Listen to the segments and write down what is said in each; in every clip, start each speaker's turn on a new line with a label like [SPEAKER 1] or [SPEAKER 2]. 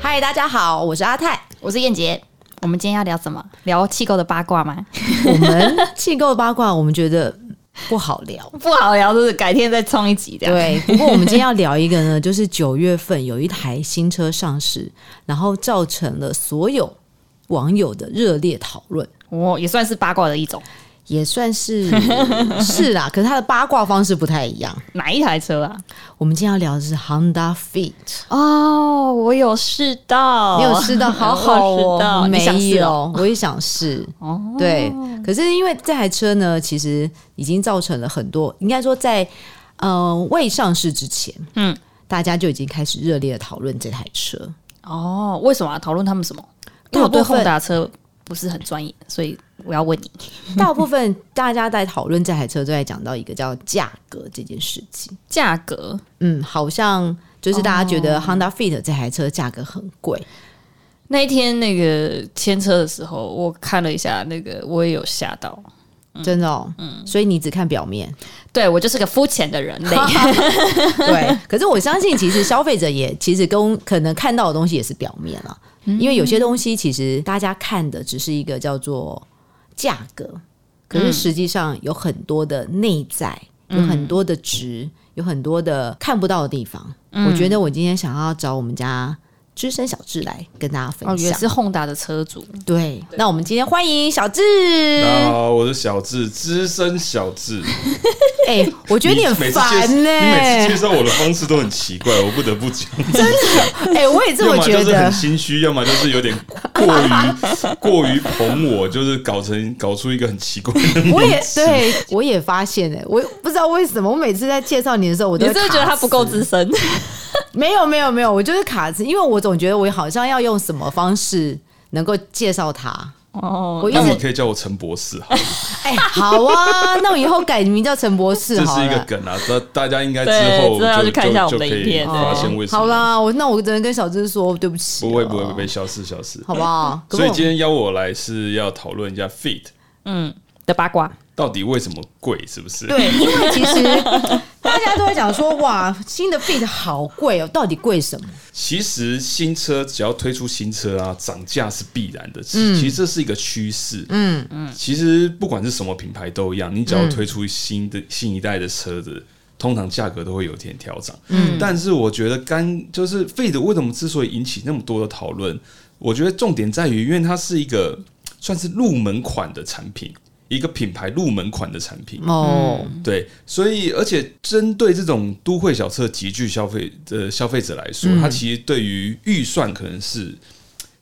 [SPEAKER 1] 嗨，大家好，我是阿泰。
[SPEAKER 2] 我是燕杰。我们今天要聊什么？聊气构的八卦吗？
[SPEAKER 1] 我们气构八卦，我们觉得不好聊。
[SPEAKER 2] 不好聊，就是改天再冲一集这 样。
[SPEAKER 1] 对，不过我们今天要聊一个呢，就是九月份有一台新车上市，然后造成了所有网友的热烈讨论，
[SPEAKER 2] 哦，也算是八卦的一种。
[SPEAKER 1] 也算 是是啦。可是它的八卦方式不太一样。
[SPEAKER 2] 哪一台车啊？
[SPEAKER 1] 我们今天要聊的是 Honda Fit，
[SPEAKER 2] 哦，我有试到
[SPEAKER 1] 你有试到好好
[SPEAKER 2] 我有试
[SPEAKER 1] 哦
[SPEAKER 2] 到，你想
[SPEAKER 1] 没
[SPEAKER 2] 试
[SPEAKER 1] 有，我也想试。
[SPEAKER 2] 哦，
[SPEAKER 1] 对，可是因为这台车呢，其实已经造成了很多，应该说在呃未上市之前，
[SPEAKER 2] 嗯，
[SPEAKER 1] 大家就已经开始热烈的讨论这台车。
[SPEAKER 2] 哦，为什么啊？讨论他们什么？因
[SPEAKER 1] 大部分
[SPEAKER 2] 为我对轰达车不是很专业，所以我要问你。
[SPEAKER 1] 大部分大家在讨论这台车，都在讲到一个叫价格这件事情。
[SPEAKER 2] 价格
[SPEAKER 1] 嗯，好像就是大家觉得 Honda Fit 这台车价格很贵，
[SPEAKER 2] 那一天那个签车的时候，我看了一下，那个我也有吓到。
[SPEAKER 1] 真的、哦，嗯，所以你只看表面，
[SPEAKER 2] 对我就是个肤浅的人 类。
[SPEAKER 1] 对，可是我相信，其实消费者也其实跟可能看到的东西也是表面了，因为有些东西其实大家看的只是一个叫做价格，可是实际上有很多的内在，有很多的值，有很多的看不到的地方。我觉得我今天想要找我们家。资深小智来跟大家
[SPEAKER 2] 哦，
[SPEAKER 1] 分
[SPEAKER 2] 也
[SPEAKER 1] 享，
[SPEAKER 2] 是轰达的车主。
[SPEAKER 1] 对。那我们今天欢迎小智。
[SPEAKER 3] 大家好，我是小智，资深小智。
[SPEAKER 1] 哎、我觉得你很
[SPEAKER 3] 每次
[SPEAKER 1] 烦呢、
[SPEAKER 3] 介你每次介绍我的方式都很奇怪，我不得不讲。
[SPEAKER 1] 哎、我也这
[SPEAKER 3] 要
[SPEAKER 1] 么
[SPEAKER 3] 么
[SPEAKER 1] 觉
[SPEAKER 3] 就是
[SPEAKER 1] 得
[SPEAKER 3] 很。心虚，要么就是有点过于 过于捧我，就是搞成搞出一个很奇怪的名字。
[SPEAKER 1] 我也对，我也发现哎、我不知道为什么，我每次在介绍你的时候，我
[SPEAKER 2] 你
[SPEAKER 1] 都
[SPEAKER 2] 是
[SPEAKER 1] 会
[SPEAKER 2] 不是
[SPEAKER 1] 卡
[SPEAKER 2] 觉得他不够
[SPEAKER 1] 词
[SPEAKER 2] 资深？
[SPEAKER 1] 没有没有没有，我就是卡词，因为我总觉得我好像要用什么方式能够介绍他。
[SPEAKER 2] 哦
[SPEAKER 1] 我一
[SPEAKER 3] 那
[SPEAKER 1] 直
[SPEAKER 3] 你可以叫我陈博士啊 哈，
[SPEAKER 1] 哎、好啊， 那我以后改名叫陈博士
[SPEAKER 3] 这
[SPEAKER 1] 好
[SPEAKER 3] 是一个
[SPEAKER 1] 了。
[SPEAKER 3] 梗啊。大大家应该之
[SPEAKER 2] 对
[SPEAKER 3] 后
[SPEAKER 2] 这要
[SPEAKER 3] 就
[SPEAKER 2] 去看一下
[SPEAKER 3] 就
[SPEAKER 2] 我
[SPEAKER 3] 就
[SPEAKER 2] 们
[SPEAKER 3] 可
[SPEAKER 2] 的影
[SPEAKER 3] 以
[SPEAKER 2] 片
[SPEAKER 3] 发现为什
[SPEAKER 1] 哦
[SPEAKER 3] 么。
[SPEAKER 1] 好，啦，我那我只能跟小智说哦对不起。
[SPEAKER 3] 不会不会不会，，小事小事。
[SPEAKER 1] 好不好？可不
[SPEAKER 3] 所
[SPEAKER 1] 可
[SPEAKER 3] 以今天邀我来是要讨论一下 fit
[SPEAKER 2] 嗯的八卦。
[SPEAKER 3] 到底为什么贵，是不是？
[SPEAKER 1] 对，因为其实 大家都在讲说，哇，新的 Fit 好贵哦，到底贵什么？
[SPEAKER 3] 其实新车只要推出新车啊，涨价是必然的。其其实这是一个趋势。嗯嗯，其实不管是什么品牌都一样，你只要推出新的新一代的车子，通常价格都会有一点调整。嗯，但是我觉得干就是 Fit 为什么之所以引起那么多的讨论，我觉得重点在于，因为它是一个算是入门款的产品，一个品牌入门款的产品。
[SPEAKER 1] 哦，
[SPEAKER 2] 嗯
[SPEAKER 3] 对，所以而且针对这种都会小车极具消费的消费者来说，
[SPEAKER 2] 嗯
[SPEAKER 3] 他其实对于预算可能是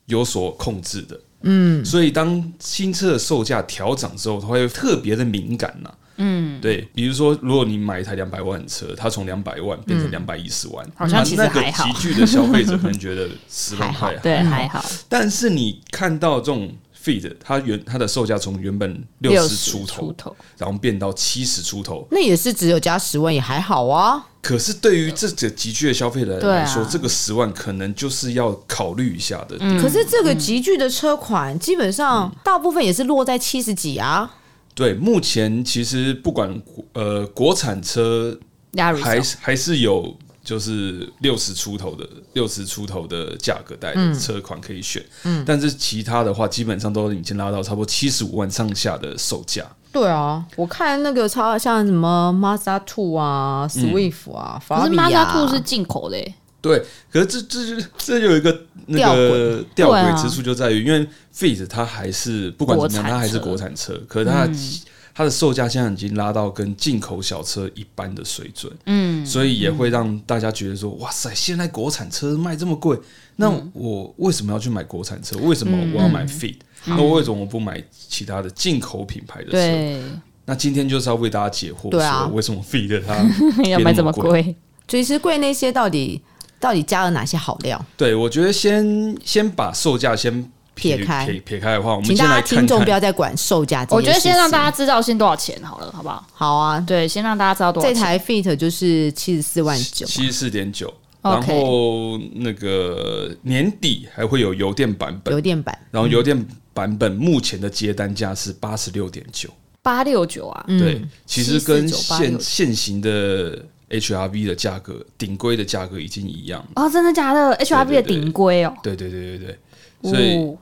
[SPEAKER 3] 有所控制的。嗯，所以当新车的售价调涨之后，他会特别的敏感呐、嗯，对，比如说，如果你买一台两百万的车，它从两百万变成两百一十万，
[SPEAKER 2] 嗯好像
[SPEAKER 3] 那
[SPEAKER 2] 其实
[SPEAKER 3] 那个
[SPEAKER 2] 还好
[SPEAKER 3] 急剧的消费者可能觉得十万块
[SPEAKER 2] 对，还好。
[SPEAKER 3] 但是你看到这种 Fit，它原它的售价从原本六十出头，
[SPEAKER 2] 头，
[SPEAKER 3] 然后变到七十出头，
[SPEAKER 1] 那也是只有加十万，也还好啊。
[SPEAKER 3] 可是对于这个急剧的消费者
[SPEAKER 2] 对啊
[SPEAKER 3] 来说，这个十万可能就是要考虑一下的。
[SPEAKER 1] 可是这个集聚的车款，基本
[SPEAKER 3] 嗯
[SPEAKER 1] 上大部分也是落在七十几啊。
[SPEAKER 3] 对，目前其实不管国呃国产车
[SPEAKER 2] 亚瑞
[SPEAKER 3] 还
[SPEAKER 2] 斯
[SPEAKER 3] 是还是有就是六十出头的六十出头的价格带的车款可以选，嗯，但是其他的话基本上都已经拉到差不多七十五万上下的售价。
[SPEAKER 1] 对啊，我看那个超像什么 Mazda Two
[SPEAKER 3] 嗯
[SPEAKER 1] 啊、Swift 啊、
[SPEAKER 2] 可
[SPEAKER 1] 法
[SPEAKER 2] 是
[SPEAKER 1] 比
[SPEAKER 2] m a
[SPEAKER 1] 啊，
[SPEAKER 2] z a 是进口的欸，
[SPEAKER 3] 对，可是这这就这就有一个那个
[SPEAKER 2] 吊
[SPEAKER 3] 吊
[SPEAKER 2] 诡啊
[SPEAKER 3] 诡之处，就在于，因为 Fit 它还是不管怎
[SPEAKER 2] 国
[SPEAKER 3] 么
[SPEAKER 2] 产
[SPEAKER 3] 样，它还是
[SPEAKER 2] 车嗯
[SPEAKER 3] 国产车，可是它的其它的售价现在已经拉到跟进口小车一般的水准，嗯，所以也会让大家觉得说，哇塞，现在国产车卖这么贵，那
[SPEAKER 2] 嗯
[SPEAKER 3] 我为什么要去买国产车？为什么我要买 Fit？那为什么我不买其他的进口品牌的车？
[SPEAKER 2] 对，
[SPEAKER 3] 那今天就是要为大家解惑，
[SPEAKER 1] 对啊
[SPEAKER 3] 说为什么 Fit 它
[SPEAKER 2] 要
[SPEAKER 3] 变
[SPEAKER 2] 卖这
[SPEAKER 3] 那
[SPEAKER 2] 么
[SPEAKER 3] 贵？
[SPEAKER 2] 贵？
[SPEAKER 1] 其实贵那些到底到底加了哪些好料？
[SPEAKER 3] 对，我觉得先先把售价先
[SPEAKER 1] 撇开
[SPEAKER 3] 撇撇开的话，我们
[SPEAKER 1] 请
[SPEAKER 3] 先
[SPEAKER 1] 大
[SPEAKER 3] 来
[SPEAKER 1] 家
[SPEAKER 3] 看
[SPEAKER 1] 听众不
[SPEAKER 3] 看。
[SPEAKER 1] 要再管售价这件
[SPEAKER 2] 我
[SPEAKER 1] 事情。
[SPEAKER 2] 觉得先让大家知道先多少钱好了，好不好？
[SPEAKER 1] 好啊，
[SPEAKER 2] 对，先让大家知道多少
[SPEAKER 1] 这
[SPEAKER 2] 钱。
[SPEAKER 1] 台 Fit 就是七十四万九，
[SPEAKER 3] 七十四点九，
[SPEAKER 2] OK
[SPEAKER 3] 然后那个年底还会有邮电版本，
[SPEAKER 1] 油电版。
[SPEAKER 3] 然后邮电版本目前的接单价是八十六点九，嗯
[SPEAKER 1] 嗯
[SPEAKER 2] 八六九啊，
[SPEAKER 3] 对，其实跟
[SPEAKER 2] 749
[SPEAKER 3] 现现行的 HRV 的价格，顶规的价格已经一样了。
[SPEAKER 2] 哦，真的假的？HRV 的
[SPEAKER 3] 对
[SPEAKER 2] 顶规哦，
[SPEAKER 3] 对对对对对，所以
[SPEAKER 2] 哦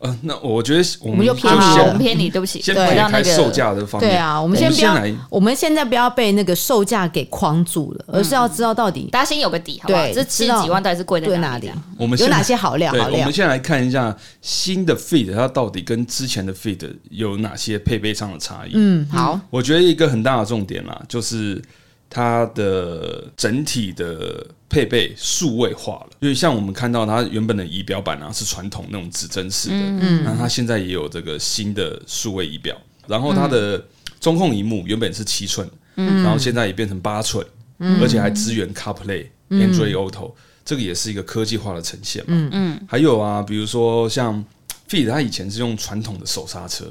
[SPEAKER 3] 呃，那我觉得我
[SPEAKER 1] 我们
[SPEAKER 3] 们
[SPEAKER 1] 就
[SPEAKER 3] 就
[SPEAKER 1] 偏离
[SPEAKER 2] 好好，
[SPEAKER 1] 了
[SPEAKER 2] 我
[SPEAKER 3] 先
[SPEAKER 2] 们偏离，对不起，
[SPEAKER 3] 先
[SPEAKER 1] 对
[SPEAKER 2] 回到
[SPEAKER 3] 撇
[SPEAKER 2] 那
[SPEAKER 3] 开
[SPEAKER 2] 个
[SPEAKER 3] 售价的方面。
[SPEAKER 1] 对啊，我们
[SPEAKER 3] 哎先
[SPEAKER 1] 先不要
[SPEAKER 3] 来，
[SPEAKER 1] 我们现在不要被那个售价给框住了，而是要知道到底
[SPEAKER 2] 大家先有个底，好不好？
[SPEAKER 1] 对
[SPEAKER 2] 这七
[SPEAKER 1] 知道
[SPEAKER 2] 几万到底是贵在
[SPEAKER 1] 对
[SPEAKER 2] 哪
[SPEAKER 1] 哪
[SPEAKER 2] 里
[SPEAKER 1] 里
[SPEAKER 2] 啊？
[SPEAKER 3] 嗯我们
[SPEAKER 1] 有
[SPEAKER 3] 先
[SPEAKER 1] 哪些好料
[SPEAKER 3] 对，
[SPEAKER 1] 好
[SPEAKER 3] 我
[SPEAKER 1] 料
[SPEAKER 3] 们。先来看一下新的 Fit 它到底跟之前的 Fit 有哪些配备上的差异。
[SPEAKER 1] 嗯，好，
[SPEAKER 3] 我觉得一个很大的重点啦，就是它的整体的配备数位化了，因为像我们看到它原本的仪表板啊是传统那种指针式的，那它现在也有这个新的数位仪表，然后它的中控荧幕原本是七寸，然后现在也变成八寸，而且还支援 CarPlay、Android Auto，这个也是一个科技化的呈现嘛。嗯嗯，还有啊，比如说像 Fit，它以前是用传统的手刹车，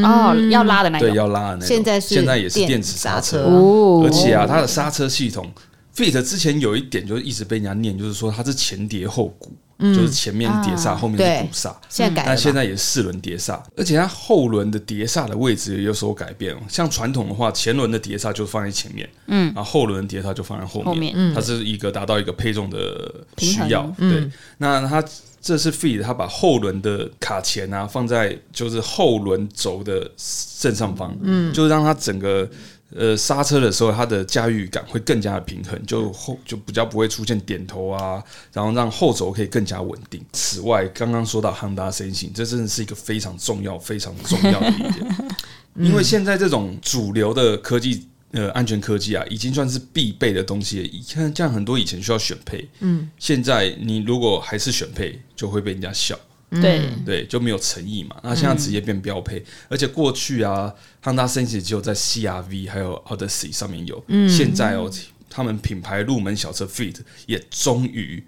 [SPEAKER 2] 哦，要拉的那
[SPEAKER 3] 对，
[SPEAKER 2] 个，
[SPEAKER 3] 要拉的那种，
[SPEAKER 1] 哎现在是
[SPEAKER 3] 现在也是电
[SPEAKER 1] 电
[SPEAKER 3] 子
[SPEAKER 1] 子
[SPEAKER 3] 刹
[SPEAKER 1] 刹
[SPEAKER 3] 车，
[SPEAKER 1] 车
[SPEAKER 2] 哦
[SPEAKER 3] 而且啊，它的刹车系统，Fit 之前有一点就是一直被人家念，就是说它是前碟后鼓，就是前面碟刹，后面是鼓
[SPEAKER 1] 嗯
[SPEAKER 3] 刹。
[SPEAKER 1] 啊现在改
[SPEAKER 3] 那
[SPEAKER 1] 了
[SPEAKER 3] 现
[SPEAKER 1] 吧，
[SPEAKER 3] 在也是四轮碟刹，而且它后轮的碟刹的位置也有所改变哦。像传统的话，前轮的碟刹就放在前面，嗯，然后后轮的碟刹就放在后面，
[SPEAKER 2] 后面
[SPEAKER 3] 它是一个达到一个配重的需
[SPEAKER 2] 平
[SPEAKER 3] 要
[SPEAKER 2] 衡。嗯
[SPEAKER 3] 对，那它这是 Fit，它把后轮的卡钳啊放在就是后轮轴的正上方，嗯，就是让它整个。呃，刹车的时候，它的驾驭感会更加的平衡，就后就比较不会出现点头啊，然后让后轴可以更加稳定。此外，刚刚说到 Honda 身形，这真的是一个非常重要、非常重要的一点，因为现在这种主流的科技。呃，安全科技啊，已经算是必备的东西了。以看像很多以前需要选配，嗯，现在你如果还是选配，就会被人家笑。
[SPEAKER 2] 对，
[SPEAKER 3] 对，就没有诚意嘛。那现在直接变标配，而且过去啊，Honda s e n s 只有在 CRV 还有 Odyssey 上面有，现在哦，他们品牌入门小车 Fit 也终于，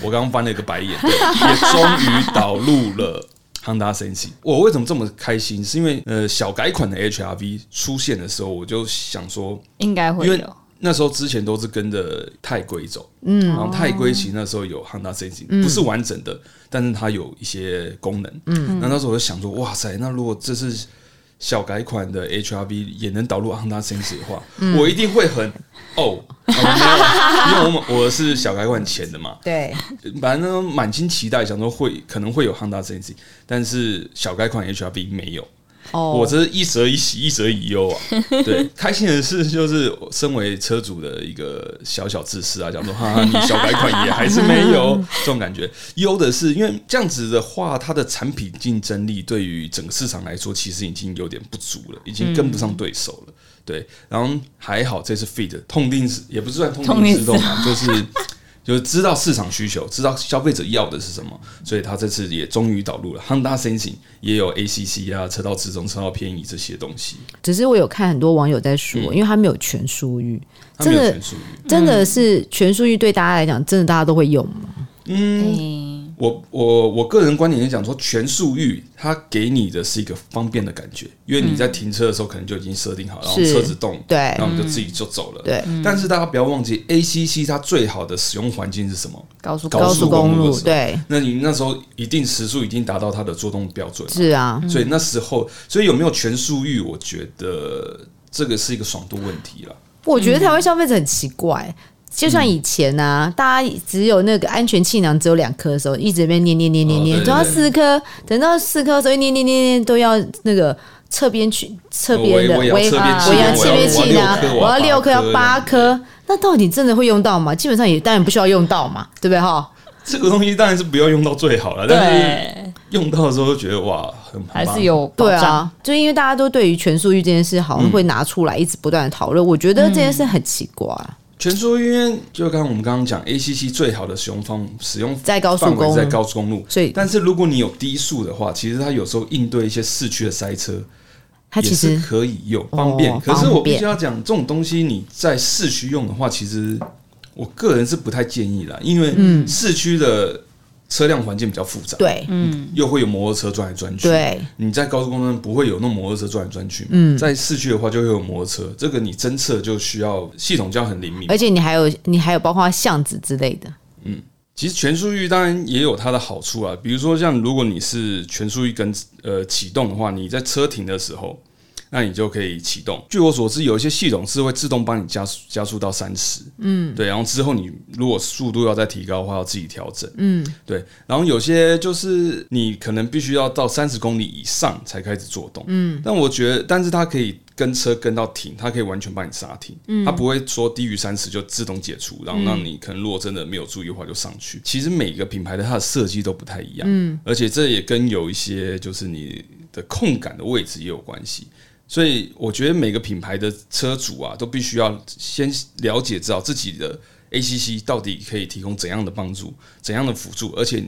[SPEAKER 3] 我刚刚翻了一个白眼，对，也终于导入了。Honda s e n s 我为什么这么开心？是因为呃，小改款的 HRV 出现的时候，我就想说，
[SPEAKER 2] 应该会
[SPEAKER 3] 因为
[SPEAKER 2] 有。哎
[SPEAKER 3] 那时候之前都是跟着泰龟走，然后泰龟其实那时候有 Honda s e n s 不是完整的，但是它有一些功能，那那时候我就想说，哇塞，那如果这是小改款的 HRV 也能导入 Honda s e n s 的话，我一定会很哦，啊没有因为我我是小改款前的嘛，
[SPEAKER 1] 对，
[SPEAKER 3] 反正满心期待想说会可能会有 Honda s e n s 但是小改款 HRV 没有，
[SPEAKER 1] 哦，
[SPEAKER 3] 我这是一则以喜，一则以忧啊。 对，开心的事就是身为车主的一个小小自私啊，讲说哈哈，你小改款也还是没有这种感觉。忧的是，因为这样子的话，它的产品竞争力对于整个市场来说，其实已经有点不足了，已经跟不上对手了。对，然后还好这次 Fit 痛定思，也不是算痛
[SPEAKER 2] 痛
[SPEAKER 3] 定
[SPEAKER 2] 定
[SPEAKER 3] 思痛啊，就是。就是知道市场需求，知道消费者要的是什么，所以他这次也终于导入了 Honda Sensing，也有 ACC 啊、车道直中、车道偏移这些东西，
[SPEAKER 1] 只是我有看很多网友在说，因为他没有全疏域，
[SPEAKER 3] 它没有
[SPEAKER 1] 真的
[SPEAKER 3] 全属于。
[SPEAKER 1] 真的是全疏域对大家来讲，真的大家都会用吗？
[SPEAKER 2] 嗯，
[SPEAKER 3] 我我我个人观点是讲说，全速域它给你的是一个方便的感觉，因为你在停车的时候可能就已经设定好，然后
[SPEAKER 1] 是
[SPEAKER 3] 车子动，
[SPEAKER 1] 对
[SPEAKER 3] 然后你就自己就走了。
[SPEAKER 1] 对，
[SPEAKER 3] 但是大家不要忘记，ACC 它最好的使用环境是什么？
[SPEAKER 2] 高速
[SPEAKER 3] 高
[SPEAKER 1] 高
[SPEAKER 3] 速
[SPEAKER 1] 速
[SPEAKER 3] 公
[SPEAKER 1] 公
[SPEAKER 3] 路的
[SPEAKER 1] 路
[SPEAKER 3] 时候
[SPEAKER 1] 对，
[SPEAKER 3] 那你那时候一定时速一定达到它的作动标准嘛，
[SPEAKER 1] 是啊，
[SPEAKER 3] 所以那时候，所以有没有全速域，我觉得这个是一个爽度问题了。
[SPEAKER 1] 我觉得台湾消费者很奇怪。就像以前啊，大家只有那个安全气囊只有两颗的时候，一直在那边捏捏捏捏
[SPEAKER 3] 哦
[SPEAKER 1] 捏，
[SPEAKER 3] 对
[SPEAKER 1] 等到
[SPEAKER 3] 对
[SPEAKER 1] 四颗，等到四颗的时候捏捏捏捏都要那个侧边去侧边的
[SPEAKER 3] 我也我也要侧边
[SPEAKER 2] 气
[SPEAKER 1] 我要
[SPEAKER 2] 囊
[SPEAKER 1] 侧边
[SPEAKER 2] 我
[SPEAKER 1] 气
[SPEAKER 2] 要
[SPEAKER 1] 囊
[SPEAKER 3] 六颗，
[SPEAKER 1] 我要六颗
[SPEAKER 3] 我要八颗
[SPEAKER 1] 要八颗，那到底真的会用到吗？基本上也当然不需要用到嘛，对不对哈？
[SPEAKER 3] 这个东西当然是不要用到最好了，但是
[SPEAKER 2] 对，
[SPEAKER 3] 用到的时候就觉得哇，很
[SPEAKER 2] 还
[SPEAKER 3] 很棒
[SPEAKER 2] 是有保
[SPEAKER 1] 对
[SPEAKER 2] 障。
[SPEAKER 1] 啊，就因为大家都对于全速域这件事好像
[SPEAKER 3] 嗯
[SPEAKER 1] 会拿出来一直不断的讨论，我觉得这件事很奇怪。
[SPEAKER 3] 全说因为就刚刚我们刚刚讲，ACC 最好的使用方使用
[SPEAKER 1] 在高速
[SPEAKER 3] 范围
[SPEAKER 1] 公路
[SPEAKER 3] 在高速公路，
[SPEAKER 1] 所以
[SPEAKER 3] 但是如果你有低速的话，其实它有时候应对一些市区的塞车
[SPEAKER 1] 它
[SPEAKER 3] 也
[SPEAKER 1] 其
[SPEAKER 3] 是
[SPEAKER 1] 实
[SPEAKER 3] 可以用，方便。
[SPEAKER 1] 哦
[SPEAKER 3] 可是我
[SPEAKER 1] 方
[SPEAKER 3] 必
[SPEAKER 1] 便
[SPEAKER 3] 须要讲，这种东西你在市区用的话，其实我个人是不太建议啦，因为市区的车辆环境比较复杂，
[SPEAKER 1] 嗯对
[SPEAKER 3] 又会有摩托车转来转去，
[SPEAKER 1] 对
[SPEAKER 3] 你在高速公路上不会有那种摩托车转来转去，嗯，在市区的话就会有摩托车，这个你侦测就需要系统就要很灵敏，
[SPEAKER 1] 而且你还有你还有包括巷子之类的，
[SPEAKER 3] 其实全速域当然也有它的好处啊，比如说像如果你是全速域跟呃启动的话，你在车停的时候，那你就可以启动。据我所知，有一些系统是会自动帮你加速加速到三十，嗯，对。然后之后你如果速度要再提高的话，要自己调整，嗯，对。然后有些就是你可能必须要到三十公里以上才开始做动，嗯。但我觉得，但是它可以跟车跟到停，它可以完全帮你刹停，它不会说低于三十就自动解除，然后让你可能如果真的没有注意的话就上去。其实每个品牌的它的设计都不太一样，嗯，而且这也跟有一些就是你的控感的位置也有关系。所以我觉得每个品牌的车主啊，都必须要先了解知道自己的 ACC 到底可以提供怎样的帮助、怎样的辅助，而且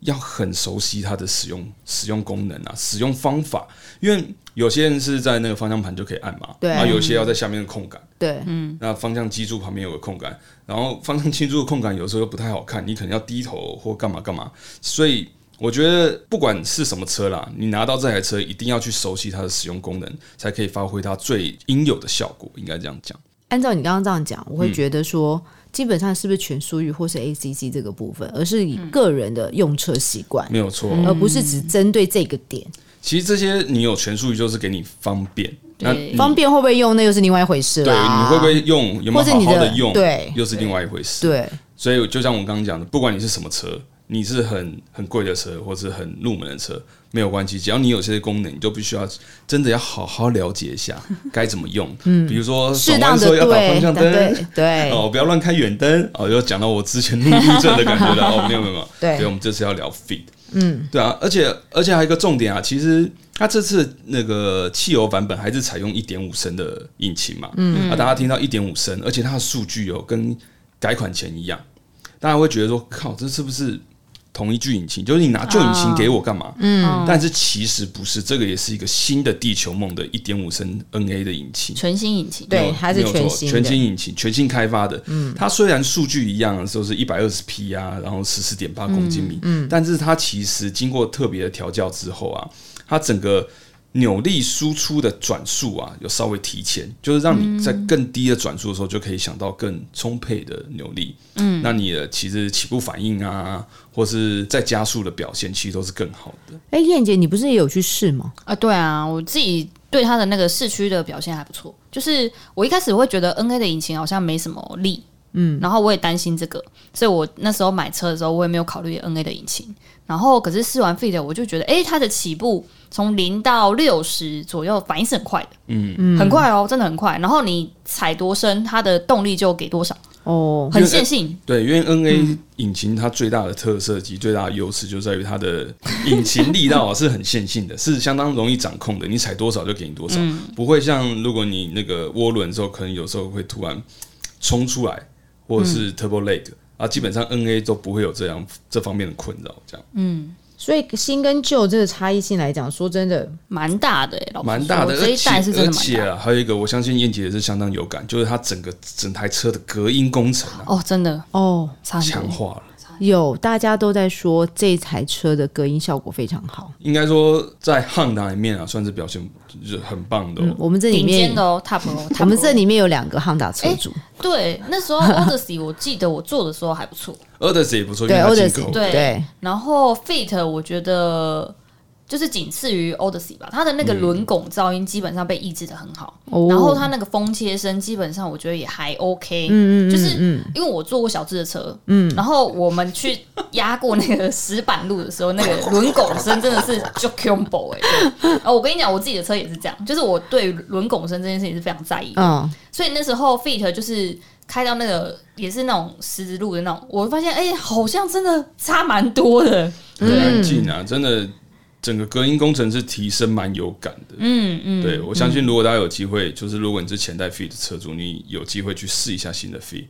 [SPEAKER 3] 要很熟悉它的使用使用功能啊、使用方法，因为有些人是在那个方向盘就可以按嘛，
[SPEAKER 1] 对
[SPEAKER 3] 啊，有些要在下面的控杆，
[SPEAKER 1] 对，
[SPEAKER 3] 那方向机柱旁边有个控杆，然后方向机柱的控杆有时候又不太好看，你可能要低头或干嘛干嘛，所以。我觉得不管是什么车啦，你拿到这台车一定要去熟悉它的使用功能，才可以发挥它最应有的效果，应该这样讲。
[SPEAKER 1] 按照你刚刚这样讲，我会觉得说，
[SPEAKER 3] 嗯
[SPEAKER 1] 基本上是不是全属于或是 ACC 这个部分，而是以个人的用车习惯，
[SPEAKER 3] 没有错，
[SPEAKER 1] 而不是只针对这个点。
[SPEAKER 3] 其实这些你有权术语就是给你方便，那
[SPEAKER 2] 对
[SPEAKER 3] 你
[SPEAKER 1] 方便会不会用，那又是另外一回事
[SPEAKER 3] 嗯对
[SPEAKER 1] 啦。
[SPEAKER 3] 你会不会用，有没
[SPEAKER 1] 啊或
[SPEAKER 3] 有
[SPEAKER 1] 者
[SPEAKER 3] 好
[SPEAKER 1] 你
[SPEAKER 3] 好
[SPEAKER 1] 的
[SPEAKER 3] 的用，
[SPEAKER 1] 对
[SPEAKER 3] 又是另外一回事。
[SPEAKER 1] 对
[SPEAKER 3] 所以就像我刚刚讲的，不管你是什么车，你是很很贵的车，或是很入门的车，没有关系，只要你有这些功能，你就必须要真的要好好了解一下该怎么用。嗯，比如说
[SPEAKER 1] 适
[SPEAKER 3] 转弯
[SPEAKER 1] 当
[SPEAKER 3] 的
[SPEAKER 1] 的
[SPEAKER 3] 时候要打
[SPEAKER 1] 对
[SPEAKER 3] 方向灯。
[SPEAKER 1] 对对
[SPEAKER 3] 哦，不要乱开远灯哦，又讲到我之前路怒症的感觉 了哦，没有没有没有，
[SPEAKER 1] 对
[SPEAKER 3] 所以我们这次要聊 feed，嗯，对啊，而且而且还有一个重点啊，其实它这次那个汽油版本还是采用一点五升的引擎嘛，嗯，啊，大家听到一点五升，而且它的数据有跟改款前一样，大家会觉得说，靠，这是不是同一具引擎？就是你拿旧引擎给我干嘛？嗯，但是其实不是，这个也是一个新的地球梦的一点五升 NA 的引擎，
[SPEAKER 2] 全新引擎，
[SPEAKER 1] 对
[SPEAKER 3] 没有
[SPEAKER 1] 它是
[SPEAKER 3] 没有错
[SPEAKER 1] 全新的
[SPEAKER 3] 全新引擎，全新开发的。嗯，它虽然数据一样，都是一百二十匹啊，然后十四点八公斤米，嗯，但是它其实经过特别的调教之后啊，它整个扭力输出的转速啊，有稍微提前，就是让你在
[SPEAKER 1] 嗯
[SPEAKER 3] 更低的转速的时候，就可以想到更充沛的扭力。嗯，那你的其实起步反应啊，或是在加速的表现，其实都是更好的。
[SPEAKER 1] 哎，燕姐，你不是也有去试吗？
[SPEAKER 2] 啊，对啊，我自己对它的那个市区的表现还不错。就是我一开始会觉得 N A 的引擎好像没什么力，嗯，然后我也担心这个，所以我那时候买车的时候，我也没有考虑 N A 的引擎。然后可是试完 Fit，我就觉得，诶，它的起步从零到六十左右，反应是很快的，嗯，很快哦，真的很快。然后你踩多深，它的动力就给多少，
[SPEAKER 1] 哦，
[SPEAKER 2] 很线性。
[SPEAKER 3] 对，因为
[SPEAKER 2] 嗯
[SPEAKER 3] NA 引擎它最大的特色及最大的优势就在于它的 引擎力道啊是很线性的，是相当容易掌控的，你踩多少就给你多少，
[SPEAKER 2] 嗯
[SPEAKER 3] 不会像如果你那个涡轮的时候，可能有时候会突然冲出来，或
[SPEAKER 2] 嗯
[SPEAKER 3] 者是 turbo lag、啊，基本上 NA 都不会有这样这方面的困扰，这样
[SPEAKER 1] 所以新跟旧这个差异性来讲，说真的，
[SPEAKER 2] 蛮大的、诶，欸老实
[SPEAKER 3] 蛮大的。
[SPEAKER 2] 说这
[SPEAKER 3] 而
[SPEAKER 2] 一代是
[SPEAKER 3] 且
[SPEAKER 2] 真的
[SPEAKER 3] 而
[SPEAKER 2] 蛮
[SPEAKER 3] 且
[SPEAKER 2] 大的。
[SPEAKER 3] 啊，还有一个我相信燕姐也是相当有感，就是它整个整台车的隔音工程啊
[SPEAKER 2] 哦，真的
[SPEAKER 1] 哦，
[SPEAKER 2] 差很
[SPEAKER 3] 强
[SPEAKER 2] 多。欸
[SPEAKER 3] 化了。
[SPEAKER 1] 有大家都在说这台车的隔音效果非常好。
[SPEAKER 3] 应该说，在 Honda 里面啊，算是表现就是很棒的、哦。
[SPEAKER 1] 嗯我们这里
[SPEAKER 2] 顶
[SPEAKER 1] 面
[SPEAKER 2] 尖的哦，top 哦，
[SPEAKER 1] 我们
[SPEAKER 2] top 哦
[SPEAKER 1] 这里面有两个 Honda 车主，
[SPEAKER 2] 对，那 时候 Odyssey 我记得我做的时候还不错，
[SPEAKER 3] Odyssey 也不错，因
[SPEAKER 1] 对
[SPEAKER 3] 为它
[SPEAKER 1] o d y
[SPEAKER 3] 进
[SPEAKER 1] s
[SPEAKER 3] 口
[SPEAKER 1] e
[SPEAKER 3] 的。
[SPEAKER 2] 对
[SPEAKER 1] 对
[SPEAKER 2] 然后 Fit 我觉得就是仅次于 Odyssey 吧，它的那个轮拱噪音基本上被抑制的很好，
[SPEAKER 1] 哦
[SPEAKER 2] 然后它那个风切声基本上我觉得也还 OK，嗯嗯就是因为我坐过小智的车，嗯，然后我们去压过那个石板路的时候，那个轮拱声真的是 就 combo 哎、对然后我跟你讲，我自己的车也是这样，就是我对轮拱声这件事情是非常在意的，
[SPEAKER 1] 嗯，
[SPEAKER 2] 所以那时候 Fit 就是开到那个也是那种十字路的那种，我发现哎、好像真的差蛮多的。
[SPEAKER 3] 很
[SPEAKER 2] 嗯
[SPEAKER 3] 安静啊，真的，整个隔音工程是提升蛮有感的。
[SPEAKER 2] 嗯嗯，
[SPEAKER 3] 对我相信，如果大家有机会，就是如果你是前代 Fee 的车主，你有机会去试一下新的 Fee，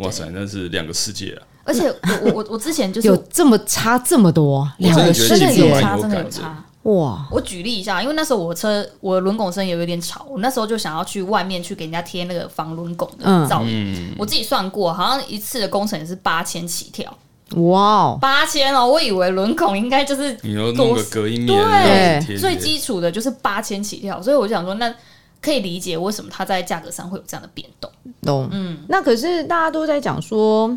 [SPEAKER 3] 哇塞，那是两个世界啊！
[SPEAKER 2] 而且我我我我之前就是
[SPEAKER 1] 有这么差这么多，
[SPEAKER 3] 我真
[SPEAKER 1] 两
[SPEAKER 3] 的
[SPEAKER 1] 个
[SPEAKER 3] 觉得
[SPEAKER 1] 世
[SPEAKER 2] 真的
[SPEAKER 3] 进步
[SPEAKER 2] 有
[SPEAKER 1] 界
[SPEAKER 3] 蛮
[SPEAKER 2] 差，
[SPEAKER 3] 有
[SPEAKER 2] 真的
[SPEAKER 3] 感
[SPEAKER 2] 有
[SPEAKER 3] 的
[SPEAKER 2] 差。
[SPEAKER 1] 哇！
[SPEAKER 2] 我举例一下，因为那时候我车我的轮拱声也有点吵，我那时候就想要去外面去给人家贴那个防轮拱的
[SPEAKER 1] 嗯
[SPEAKER 2] 噪音。我自己算过，好像一次的工程也是八千起跳，
[SPEAKER 1] 哇哦，
[SPEAKER 2] 八千哦，我以为轮拱应该就是
[SPEAKER 3] 你要弄个隔音棉，
[SPEAKER 2] 对
[SPEAKER 3] 让你贴
[SPEAKER 2] 最
[SPEAKER 3] 贴
[SPEAKER 2] 基础的就是八千起跳，所以我就想说，那可以理解为什么它在价格上会有这样的变动。
[SPEAKER 1] 懂。嗯，那可是大家都在讲说，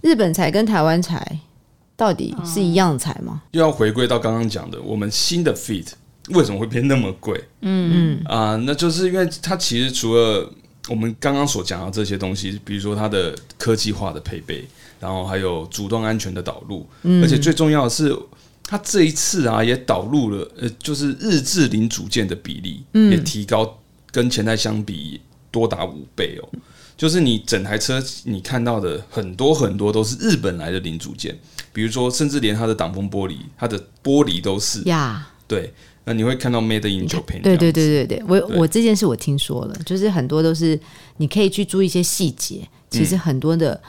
[SPEAKER 1] 日本柴跟台湾
[SPEAKER 2] 嗯
[SPEAKER 1] 柴到底是一样的柴吗？
[SPEAKER 3] 又要回归到刚刚讲的，我们新的 Fit 为什么会变那么贵？嗯嗯啊、那就是因为它其实除了我们刚刚所讲到这些东西，比如说它的科技化的配备，然后还有主动安全的导入，
[SPEAKER 1] 嗯
[SPEAKER 3] 而且最重要的是。它这一次啊，也导入了呃，就是日制零组件的比例、
[SPEAKER 1] 嗯
[SPEAKER 3] 也提高，跟前代相比多达五倍哦。就是你整台车你看到的很多很多都是日本来的零组件，比如说甚至连它的挡风玻璃、它的玻璃都是
[SPEAKER 1] 呀。
[SPEAKER 3] 对，那你会看到 Made in Japan，
[SPEAKER 1] 对对
[SPEAKER 3] 这样子，
[SPEAKER 1] 对对对，我
[SPEAKER 3] 对
[SPEAKER 1] 我这件事我听说了，就是很多都是你可以去注意一些细节，其
[SPEAKER 3] 嗯
[SPEAKER 1] 实很多的、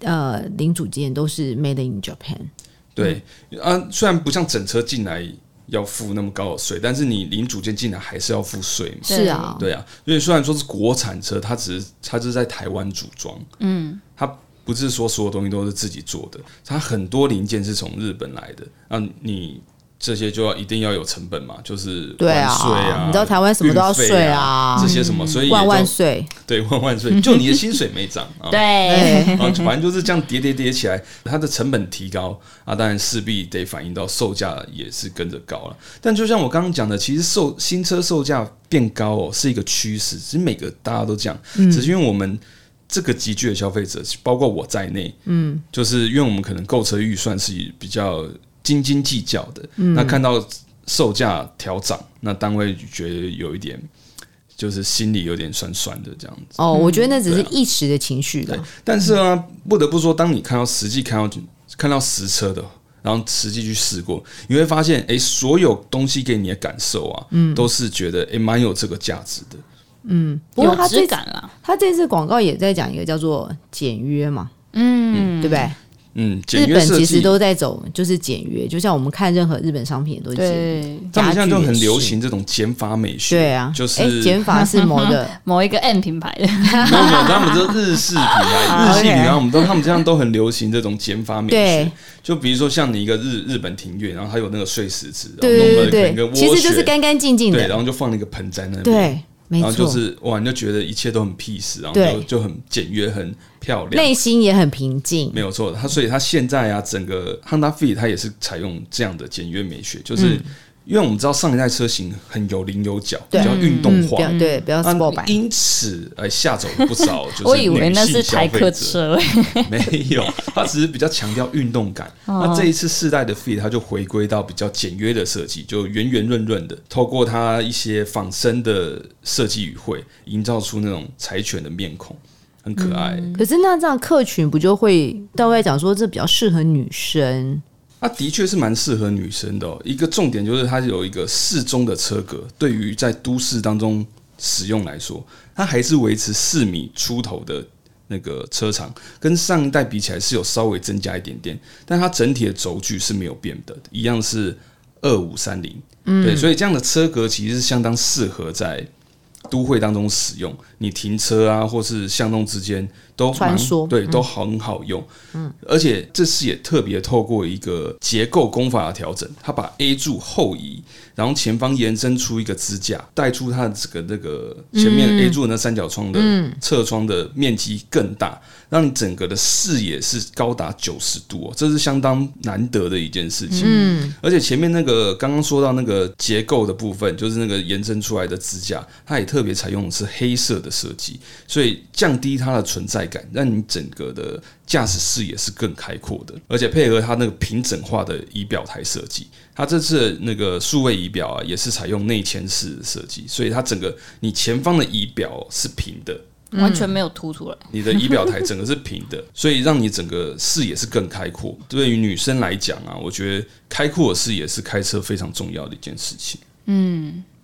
[SPEAKER 1] 呃零组件都是 made in Japan。嗯
[SPEAKER 3] 对啊，虽然不像整车进来要付那么高的税，但是你零组件进来还是要付税嘛。
[SPEAKER 1] 是啊，
[SPEAKER 3] 对啊，所以虽然说是国产车，它只是它就是在台湾组装，嗯，它不是说所有东西都是自己做的，它很多零件是从日本来的，那你。这些就要一定要有成本嘛，就是
[SPEAKER 1] 对啊
[SPEAKER 3] 关税啊，
[SPEAKER 1] 你知道台湾什么都要
[SPEAKER 3] 运费
[SPEAKER 1] 税
[SPEAKER 3] 啊
[SPEAKER 1] 啊，
[SPEAKER 3] 这些什么，所以也就
[SPEAKER 1] 万万岁！
[SPEAKER 3] 对万万 岁，就你的薪水没涨啊，
[SPEAKER 2] 对，
[SPEAKER 3] 啊，反正就是这样叠叠叠起来，它的成本提高啊，当然势必得反映到售价也是跟着高了。但就像我刚刚讲的，其实售新车售价变高哦，是一个趋势，其实每个大家都这样，只是因为我们。这个集聚的消费者，包括我在内，嗯，就是因为我们可能购车预算是比较斤斤计较的，那看到售价调涨，那单位觉得有一点，就是心里有点酸酸的这样子。
[SPEAKER 1] 哦，我觉得那只是
[SPEAKER 3] 对啊
[SPEAKER 1] 一时的情绪了。
[SPEAKER 3] 但是啊，不得不说，当你看到实际看到看到实车的，然后实际去试过，你会发现，诶，所有东西给你的感受啊，
[SPEAKER 1] 嗯
[SPEAKER 3] 都是觉得诶蛮有这个价值的。
[SPEAKER 1] 不过他
[SPEAKER 2] 有质
[SPEAKER 1] 这
[SPEAKER 2] 感啦，
[SPEAKER 1] 他这次广告也在讲一个叫做简约嘛，嗯，对不对？
[SPEAKER 3] 嗯，简
[SPEAKER 1] 日
[SPEAKER 3] 约
[SPEAKER 1] 本
[SPEAKER 3] 设
[SPEAKER 1] 其实
[SPEAKER 3] 计，
[SPEAKER 1] 都在走就是简约，就像我们看任何日本商品也都是简约。
[SPEAKER 2] 对，
[SPEAKER 3] 他们现在就很流
[SPEAKER 1] 家具也是
[SPEAKER 3] 行这种减法美学，
[SPEAKER 1] 对啊，
[SPEAKER 3] 就是
[SPEAKER 1] 哎减法是某的
[SPEAKER 2] 某一个 M 品牌的，
[SPEAKER 3] 没有没有，他们就日式品牌，
[SPEAKER 1] 啊
[SPEAKER 3] 日系品牌，
[SPEAKER 1] OK
[SPEAKER 3] 我们都他们这样都很流行这种减 法美学
[SPEAKER 1] 对。
[SPEAKER 3] 就比如说像你一个日日本庭院，然后它有那个碎石子，然后
[SPEAKER 1] 对
[SPEAKER 3] 弄
[SPEAKER 1] 对
[SPEAKER 3] 了
[SPEAKER 1] 对
[SPEAKER 3] 整个
[SPEAKER 1] 对，
[SPEAKER 3] 窝
[SPEAKER 1] 其实就是
[SPEAKER 3] 穴
[SPEAKER 1] 干干净净
[SPEAKER 3] 对，然
[SPEAKER 1] 的，
[SPEAKER 3] 后就放了一个盆栽那边，
[SPEAKER 1] 对，没
[SPEAKER 3] 然后就
[SPEAKER 1] 错，
[SPEAKER 3] 是哇，你就觉得一切都很 peace，然后
[SPEAKER 1] 对
[SPEAKER 3] 就就很简约、很漂亮，
[SPEAKER 1] 内心也很平静
[SPEAKER 3] 没。有错。它所以它现在啊，整个 Honda Fit 它也是采用这样的简约美学，就是、
[SPEAKER 2] 嗯
[SPEAKER 3] 因为我们知道上一代车型很有棱有角，比
[SPEAKER 1] 对
[SPEAKER 3] 较运动
[SPEAKER 1] 嗯，不嗯
[SPEAKER 3] 化。
[SPEAKER 1] 要对，不要 sport
[SPEAKER 3] 啊
[SPEAKER 1] 版，，
[SPEAKER 3] 因此哎吓走了不少，就是
[SPEAKER 2] 我以为那是
[SPEAKER 3] 女性消
[SPEAKER 2] 台
[SPEAKER 3] 费
[SPEAKER 2] 客
[SPEAKER 3] 者
[SPEAKER 2] 车，欸
[SPEAKER 3] 没有，它只是比较强调运动感。那这一次世代的 Fit，它就回归到比较简约的设计，就圆圆润润的，透过它一些仿生的设计语汇，营造出那种柴犬的面孔，很可爱。
[SPEAKER 1] 可是那这样客群不就会到外讲说这比较适合女生？
[SPEAKER 3] 它啊的确是蛮适合女生的、哦。一个重点就是它有一个适中的车格，对于在都市当中使用来说，它还是维持四米出头的那个车长，跟上一代比起来是有稍微增加一点点，但它整体的轴距是没有变的，一样是二五三零。
[SPEAKER 1] 嗯
[SPEAKER 3] 对，所以这样的车格其实是相当适合在。都会当中使用，你停车啊，或是巷弄之间都蛮
[SPEAKER 1] 穿梭嗯
[SPEAKER 3] 对，都很好用。而且这次也特别透过一个结构工法的调整，它把 A 柱后移，然后前方延伸出一个支架，带出它的这个那个前面
[SPEAKER 1] 嗯
[SPEAKER 3] A 柱的那三角窗的侧窗的面积更大，让你整个的视野是高达九十度哦，这是相当难得的一件事情。嗯，而且前面那个刚刚说到那个结构的部分，就是那个延伸出来的支架，它也特别采用的是黑色的设计，所以降低它的存在感，让你整个的驾驶视野是更开阔的，而且配合它那个平整化的仪表台设计，它这次的那个数位仪表啊，也是采用内嵌式的设计，所以它整个你前方的仪表是平的，
[SPEAKER 1] 嗯
[SPEAKER 2] 完全没有凸出来，
[SPEAKER 3] 你的仪表台整个是平的，所以让你整个视野是更开阔。对于女生来讲啊，我觉得开阔的视野是开车非常重要的一件事情。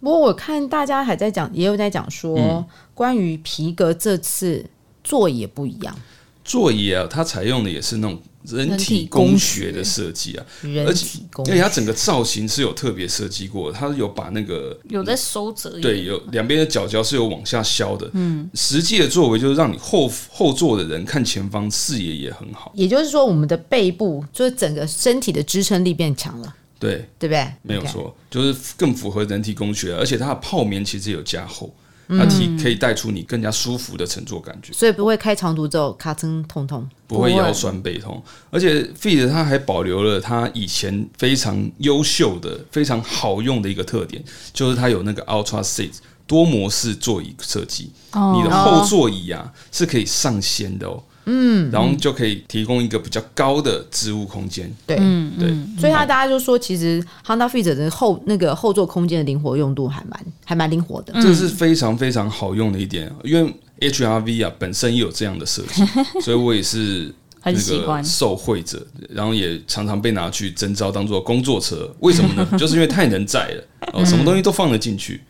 [SPEAKER 1] 不过我看大家还在讲，也有在讲说、
[SPEAKER 3] 嗯
[SPEAKER 1] 关于皮革这次座椅也不一样，
[SPEAKER 3] 座椅啊，它采用的也是那种人
[SPEAKER 2] 人
[SPEAKER 3] 体
[SPEAKER 2] 体
[SPEAKER 3] 工
[SPEAKER 2] 工
[SPEAKER 3] 学的设计啊，
[SPEAKER 1] 人体工
[SPEAKER 3] 因为它整个造型是有特别设计过的，它有把那个
[SPEAKER 2] 有在收折一点，
[SPEAKER 3] 对有两边的角角是有往下削的，嗯，实际的作为就是让你后后座的人看前方视野也很好，
[SPEAKER 1] 也就是说我们的背部就是整个身体的支撑力变强了，
[SPEAKER 3] 对，
[SPEAKER 1] 对不对？
[SPEAKER 3] 没有
[SPEAKER 1] OK
[SPEAKER 3] 错就是更符合人体工学，而且它的泡棉其实有加厚，它提可以带出你更加舒服的乘坐感觉，
[SPEAKER 1] 所以不会开长途之后咔噌痛痛。
[SPEAKER 3] 不会腰酸背痛。而且 Fit 它还保留了它以前非常优秀的、非常好用的一个特点，就是它有那个 Ultra Six 多模式座椅设计，你的后座椅啊是可以上掀的哦。嗯，然后就可以提供一个比较高的置物空间。
[SPEAKER 1] 对，
[SPEAKER 2] 嗯，
[SPEAKER 3] 对，
[SPEAKER 1] 所以他大家就说，其实 Honda Fit 的后那个后座空间的灵活用度还蛮还蛮灵活的。
[SPEAKER 3] 这是非常非常好用的一点，因为 HRV 啊本身也有这样的设 计，所以我也是
[SPEAKER 2] 很
[SPEAKER 3] 那
[SPEAKER 2] 喜欢
[SPEAKER 3] 个受惠者，然后也常常被拿去征招当做工作车。为什 么呢？就是因为太能载了，
[SPEAKER 1] 嗯
[SPEAKER 3] 哦，什么东西都放得进去。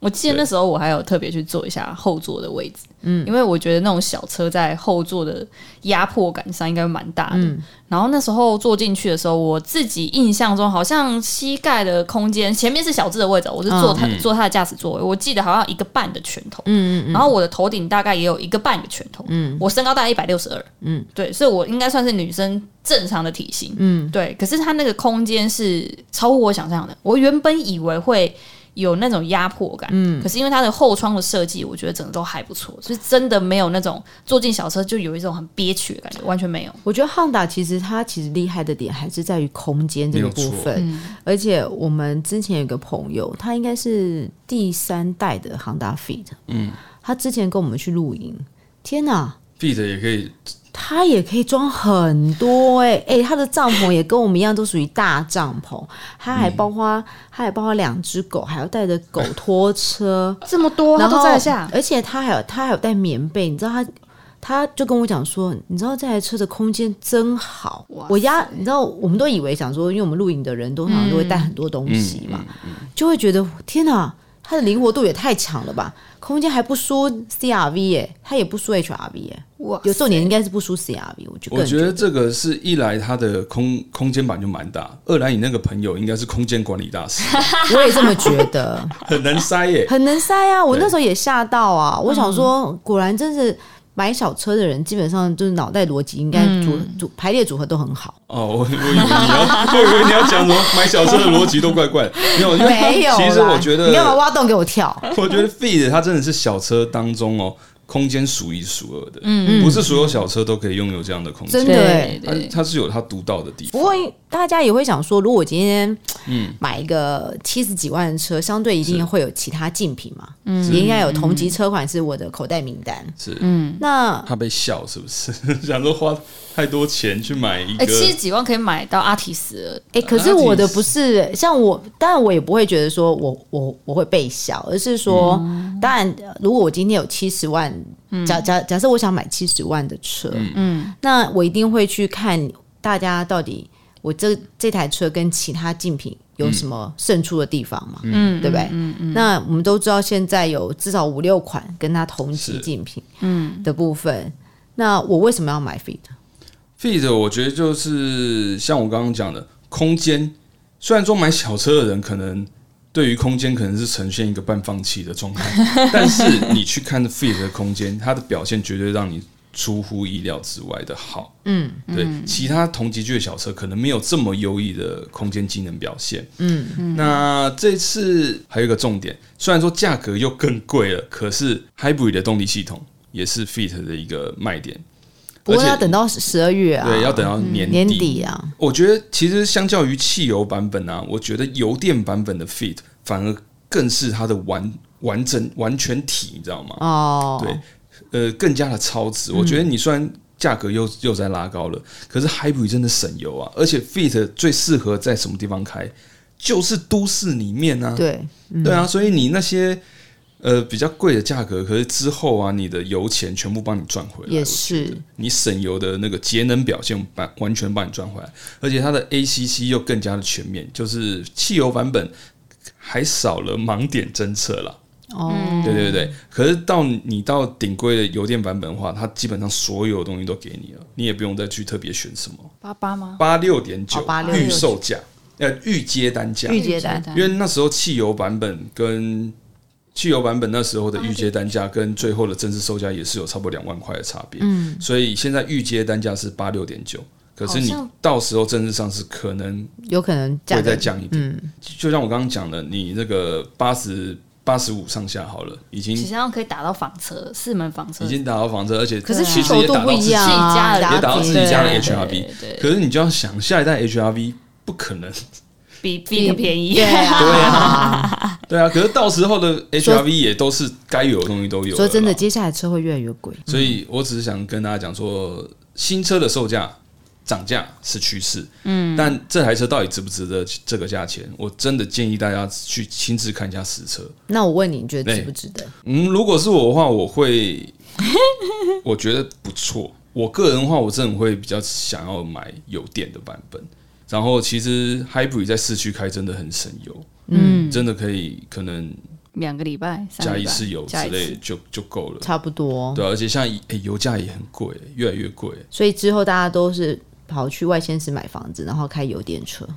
[SPEAKER 2] 我记得
[SPEAKER 3] 对
[SPEAKER 2] 那时候我还有特别去坐一下后座的位置，嗯，因为我觉得那种小车在后座的压迫感上应该蛮大的。然后那时候坐进去的时候，我自己印象中好像膝盖的空间前面是小智的位置，我是坐他、坐他的驾驶座位，我记得好像一个半的拳头，嗯嗯然后我的头顶大概也有一个半个拳头，嗯，我身高大概一百六十二，嗯，对，所以我应该算是女生正常的体型，嗯，对。可是它那个空间是超乎我想象的，我原本以为会。有那种压迫感，嗯，可是因为它的后窗的设计，我觉得整个都还不错，就是真的没有那种坐进小车就有一种很憋屈的感觉，完全没有。
[SPEAKER 1] 我觉得 Honda 其实它其实厉害的点还是在于空间这个部分，而且我们之前有个朋友，他应该是第三代的 Honda Fit，嗯，他之前跟我们去露营，天哪！
[SPEAKER 3] Fit 也可以
[SPEAKER 1] 它也可以装很多哎、欸、哎、它的帐篷也跟我们一样，都属于大帐篷。它还包括，它还包括两只狗，还要带着狗拖车，
[SPEAKER 2] 这么多，他
[SPEAKER 1] 然后
[SPEAKER 2] 都载得下。
[SPEAKER 1] 而且他还有他还有带棉被，你知道他。他就跟我讲说，你知道这台车的空间真好，
[SPEAKER 2] 哇
[SPEAKER 1] 我压，你知道，我们都以为想说，因为我们露营的人都常常都会带很多东西嘛，就会觉得天哪，它的灵活度也太强了吧，空间还不输 CRV 耶、它也不输 HRV 耶、
[SPEAKER 2] 哇
[SPEAKER 1] 有时候你应该是不输 CRV，我就
[SPEAKER 3] 我
[SPEAKER 1] 更
[SPEAKER 3] 觉
[SPEAKER 1] 觉
[SPEAKER 3] 得 这个是一来它的空空间版就蛮大，二来你那个朋友应该是空间管理 大师，
[SPEAKER 1] 我也这么觉得，
[SPEAKER 3] 很能塞耶、
[SPEAKER 1] 很能塞啊！我
[SPEAKER 3] 对
[SPEAKER 1] 那时候也吓到啊，我想说，果然真是买小车的人，基本上就是脑袋逻辑应该组组排列组合都很好。
[SPEAKER 3] 哦，我我以为你要，我以为你要讲什么买小车的逻辑都怪怪的，没有，因 为
[SPEAKER 1] 没有啦，
[SPEAKER 3] 其实我觉得
[SPEAKER 1] 你，干嘛挖洞给我跳？
[SPEAKER 3] 我觉得 Fit 它真的是小车当中哦，空间数一数二的，嗯，不是所有小车都可以拥有这样的空间，
[SPEAKER 1] 真的欸
[SPEAKER 2] 对
[SPEAKER 3] 它
[SPEAKER 2] 对，
[SPEAKER 3] 它是有它独到的地
[SPEAKER 1] 不
[SPEAKER 3] 方。
[SPEAKER 1] 过大家也会想说，如果我今天买一个七十几万的车，相对一定会有其他竞品嘛，也应该有同级车款是我的口袋名单。
[SPEAKER 3] 是，
[SPEAKER 1] 那
[SPEAKER 3] 他被笑是不是？ 想说花太多钱去买一
[SPEAKER 2] 哎，
[SPEAKER 3] 个，
[SPEAKER 2] 七十几万可以买到阿提斯了，
[SPEAKER 1] 哎、可是我的不是像我，当然我也不会觉得说我我我会被笑，而是说，
[SPEAKER 3] 嗯
[SPEAKER 1] 当然如果我今天有七十万，假假假设我想买七十万的车，嗯，那我一定会去看大家到底我这这台车跟其他竞品
[SPEAKER 3] 嗯
[SPEAKER 1] 有什么胜出的地方嘛，嗯，对不对？嗯嗯。那我们都知道现在有至少五六款跟它同级
[SPEAKER 3] 是
[SPEAKER 1] 竞品，嗯的部分，那我为什么要买 Fit？
[SPEAKER 3] Fit，我觉得就是像我刚刚讲的，空间。虽然说买小车的人可能对于空间可能是呈现一个半放弃的状 态，但是你去看 Fit 的空间，它的表现绝对让你出乎意料之外的好。嗯，对，其他同级距的小车可能没有这么优异的空间机能表现。嗯，那这次还有一个重点，虽然说价格又更贵了，可是 Hybrid 的动力系统也是 Fit 的一个卖点。
[SPEAKER 1] 不过
[SPEAKER 3] 而且
[SPEAKER 1] 要等到十二月啊，
[SPEAKER 3] 对，要等到年
[SPEAKER 1] 年底啊。
[SPEAKER 3] 我觉得其实相较于汽油版本啊，我觉得油电版本的 Fit 反而更是它的完完整完全体，你知道吗？
[SPEAKER 1] 哦，
[SPEAKER 3] 对呃，更加的超
[SPEAKER 1] 嗯
[SPEAKER 3] 值。我觉得你虽然价格又又在拉高了，可是 Hybrid 真的省油啊！而且 Fit 最适合在什么地方开？就是都市里面啊，
[SPEAKER 1] 对，嗯
[SPEAKER 3] 对啊，所以你那些呃比较贵的价格，可是之后啊，你的油钱全部帮你赚回来，
[SPEAKER 1] 也
[SPEAKER 3] 我觉得
[SPEAKER 1] 是
[SPEAKER 3] 你省油的那个节能表现把完全帮你赚回来，而且它的 ACC 又更加的全面，就是汽油版本还少了盲点侦测啦。
[SPEAKER 1] 哦，
[SPEAKER 3] 对对对，可是到你到顶规的油电版本的话，它基本上所有东西都给你了，你也不用再去特别选什么
[SPEAKER 2] 八八吗？
[SPEAKER 3] 八六点九
[SPEAKER 1] 哦86.9
[SPEAKER 3] 预售价，呃预接单价，
[SPEAKER 1] 预接单
[SPEAKER 3] 因为那时候汽油版本跟汽油版本那时候的预接单价跟最后的正式售价也是有差不多两万块的差别，嗯，所以现在预接单价是八六点九，可是你
[SPEAKER 2] 好像
[SPEAKER 3] 到时候正式上市可能
[SPEAKER 1] 有可能价
[SPEAKER 3] 会
[SPEAKER 1] 格嗯
[SPEAKER 3] 再降一点，就像我刚刚讲的，你那个八十八十五上下好了，已经
[SPEAKER 2] 其实上可以打到房车，四门房车，
[SPEAKER 3] 已经打到房车，而且
[SPEAKER 1] 可是需
[SPEAKER 3] 其实
[SPEAKER 1] 求
[SPEAKER 3] 也
[SPEAKER 1] 度
[SPEAKER 3] 打
[SPEAKER 1] 不
[SPEAKER 3] 到自
[SPEAKER 1] 一
[SPEAKER 3] 己
[SPEAKER 1] 样啊，
[SPEAKER 2] 也
[SPEAKER 3] 也打到自己家的
[SPEAKER 2] 对
[SPEAKER 3] HRV
[SPEAKER 2] 对对。
[SPEAKER 3] 可是你就要想，下一代 HRV 不可能，
[SPEAKER 2] 比比更便宜。
[SPEAKER 1] 对啊，
[SPEAKER 3] 对对啊。可是到时候的 HRV 也都是该有的东西都有。
[SPEAKER 1] 说真的，，接下来车会越来越贵。
[SPEAKER 3] 所以我只是想跟大家讲说，新车的售价涨价是趋势，嗯，但这台车到底值不值得这个价钱？我真的建议大家去亲自看一下实车。
[SPEAKER 1] 那我问你，你觉得值不值得？
[SPEAKER 3] 嗯，如果是我的话，我会，我觉得不错。我个人的话，我真的会比较想要买有电的版本。然后，其实 Hybrid 在市区开真的很省油，
[SPEAKER 2] 嗯，
[SPEAKER 3] 真的可以可能
[SPEAKER 2] 两个礼拜，三
[SPEAKER 3] 加
[SPEAKER 2] 个
[SPEAKER 3] 一
[SPEAKER 2] 礼拜
[SPEAKER 3] 次油之
[SPEAKER 2] 加一
[SPEAKER 3] 类
[SPEAKER 2] 次
[SPEAKER 3] 就就够了。
[SPEAKER 1] 差不多。
[SPEAKER 3] 对啊、而且像以、诶油价也很贵，越来越贵。
[SPEAKER 1] 所以之后大家都是跑去外县市买房子，然后开油电车。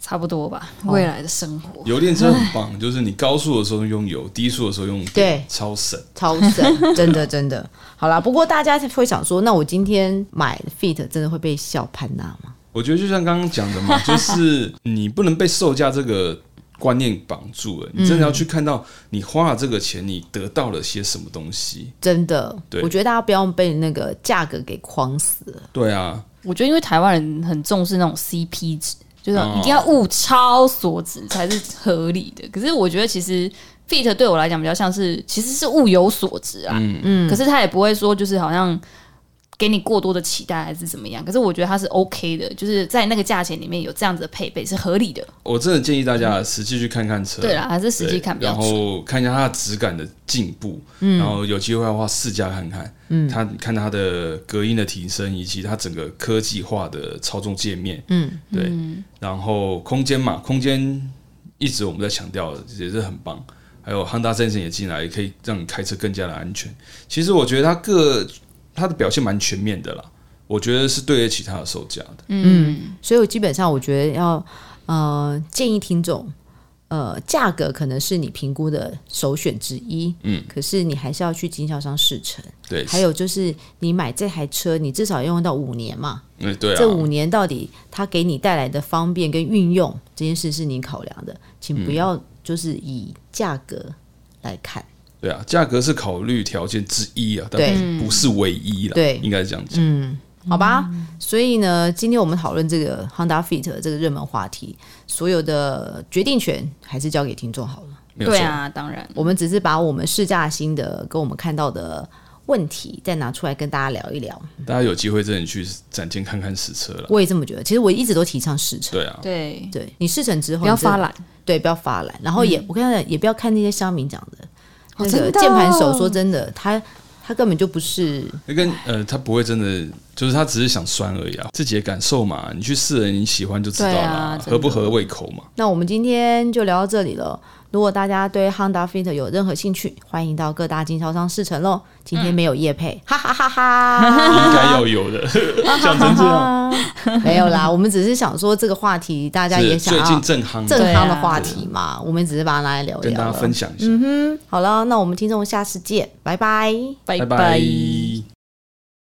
[SPEAKER 2] 差不多吧。哦未来的生活，
[SPEAKER 3] 油电车很棒，就是你高速的时候用油，低速的时候用电
[SPEAKER 1] 对
[SPEAKER 3] 超省。
[SPEAKER 1] 超 省，真的真的。好啦，不过大家会想说，那我今天买 Fit 真的会被笑潘娜吗？
[SPEAKER 3] 我觉得就像刚刚讲的嘛，就是你不能被售价这个观念绑住了，你真的要去看到你花了这个钱，你得到了些什么东西。
[SPEAKER 1] 真的，
[SPEAKER 3] 对
[SPEAKER 1] 我觉得大家不要被那个价格给框死了。
[SPEAKER 3] 对啊，
[SPEAKER 2] 我觉得因为台湾人很重视那种 CP 值，就是
[SPEAKER 3] 哦
[SPEAKER 2] 一定要物超所值才是合理的。可是我觉得其实 Fit 对我来讲比较像是其实是物有所值啊，嗯嗯。可是他也不会说就是好像。给你过多的期待还是怎么样？可是我觉得它是 OK 的，就是在那个价钱里面有这样子的配备是合理的。
[SPEAKER 3] 我真的建议大家实际去看看车，
[SPEAKER 2] 对啦，啊还是实际看比
[SPEAKER 3] 对
[SPEAKER 2] 较
[SPEAKER 3] 然
[SPEAKER 2] 准。
[SPEAKER 3] 后看一下它的质感的进步，
[SPEAKER 1] 嗯
[SPEAKER 3] 然后有机会的话试驾看看，它看它的隔音的提升，以及它整个科技化的操纵界面，
[SPEAKER 1] 嗯，
[SPEAKER 3] 对，然后空间嘛，空间一直我们在强调的也是很棒，还有 Honda Sense 也进来，也可以让你开车更加的安全。其实我觉得它各它的表现蛮全面的啦，我觉得是对得起它的售价的。
[SPEAKER 1] 所以我基本上我觉得要呃建议听众。呃，价格可能是你评估的首选之一，嗯，可是你还是要去经销商试乘。
[SPEAKER 3] 对，
[SPEAKER 1] 还有就是，你买这台车，你至少要用到五年嘛，
[SPEAKER 3] 嗯，对啊，
[SPEAKER 1] 这五年到底它给你带来的方便跟运用这件事是你考量
[SPEAKER 3] 嗯
[SPEAKER 1] 的，请不要就是以价格来看。
[SPEAKER 3] 对啊，价格是考虑条件之一啊，
[SPEAKER 1] 对
[SPEAKER 3] 但不是唯一啦。
[SPEAKER 1] 对
[SPEAKER 3] 应该这样讲。
[SPEAKER 1] 好吧，所以呢，今天我们讨论这个 Honda Fit 这个热门话题，所有的决定权还是交给听众好了。
[SPEAKER 3] 没有
[SPEAKER 2] 对
[SPEAKER 3] 错，
[SPEAKER 2] 啊，当然。
[SPEAKER 1] 我们只是把我们试驾心得跟我们看到的问题再拿出来跟大家聊一聊。
[SPEAKER 3] 大家有机会真的去展间看看实车了。
[SPEAKER 1] 我也这么觉得，其实我一直都提倡试乘，
[SPEAKER 3] 对啊，
[SPEAKER 2] 对，
[SPEAKER 1] 对你试乘之后
[SPEAKER 2] 不要
[SPEAKER 1] 你真的
[SPEAKER 2] 发懒。嗯
[SPEAKER 1] 对，不要发懒。然后也，我跟你讲，也不要看那些乡民讲的那
[SPEAKER 2] 真
[SPEAKER 1] 个
[SPEAKER 2] 的哦
[SPEAKER 1] 键盘手。说真的，他他根本就不是
[SPEAKER 3] 那跟呃，他不会真的，就是他只是想酸而已啊，自己的感受嘛，你去试了，你喜欢就知道
[SPEAKER 2] 对
[SPEAKER 3] 啦、
[SPEAKER 2] 啊真的
[SPEAKER 3] 合不合胃口嘛。
[SPEAKER 1] 那我们今天就聊到这里了。如果大家对 Honda Fit 有任何兴趣，欢迎到各大经销商试乘喽。今天没有夜配， 哈哈哈 哈，
[SPEAKER 3] 应该要有的，讲成这样。
[SPEAKER 1] 没有啦。我们只是想说这个话题， 大家也
[SPEAKER 3] 是
[SPEAKER 1] 想
[SPEAKER 3] 最
[SPEAKER 1] 要
[SPEAKER 3] 近正夯
[SPEAKER 1] 正
[SPEAKER 3] 的，
[SPEAKER 1] 夯的话题嘛，我们只是把它拿来聊一
[SPEAKER 3] 啊跟大
[SPEAKER 1] 聊
[SPEAKER 3] 家
[SPEAKER 1] 了
[SPEAKER 3] 分。享一下，
[SPEAKER 1] 好了，那我们听众下次见，拜拜。
[SPEAKER 2] 拜
[SPEAKER 3] 拜拜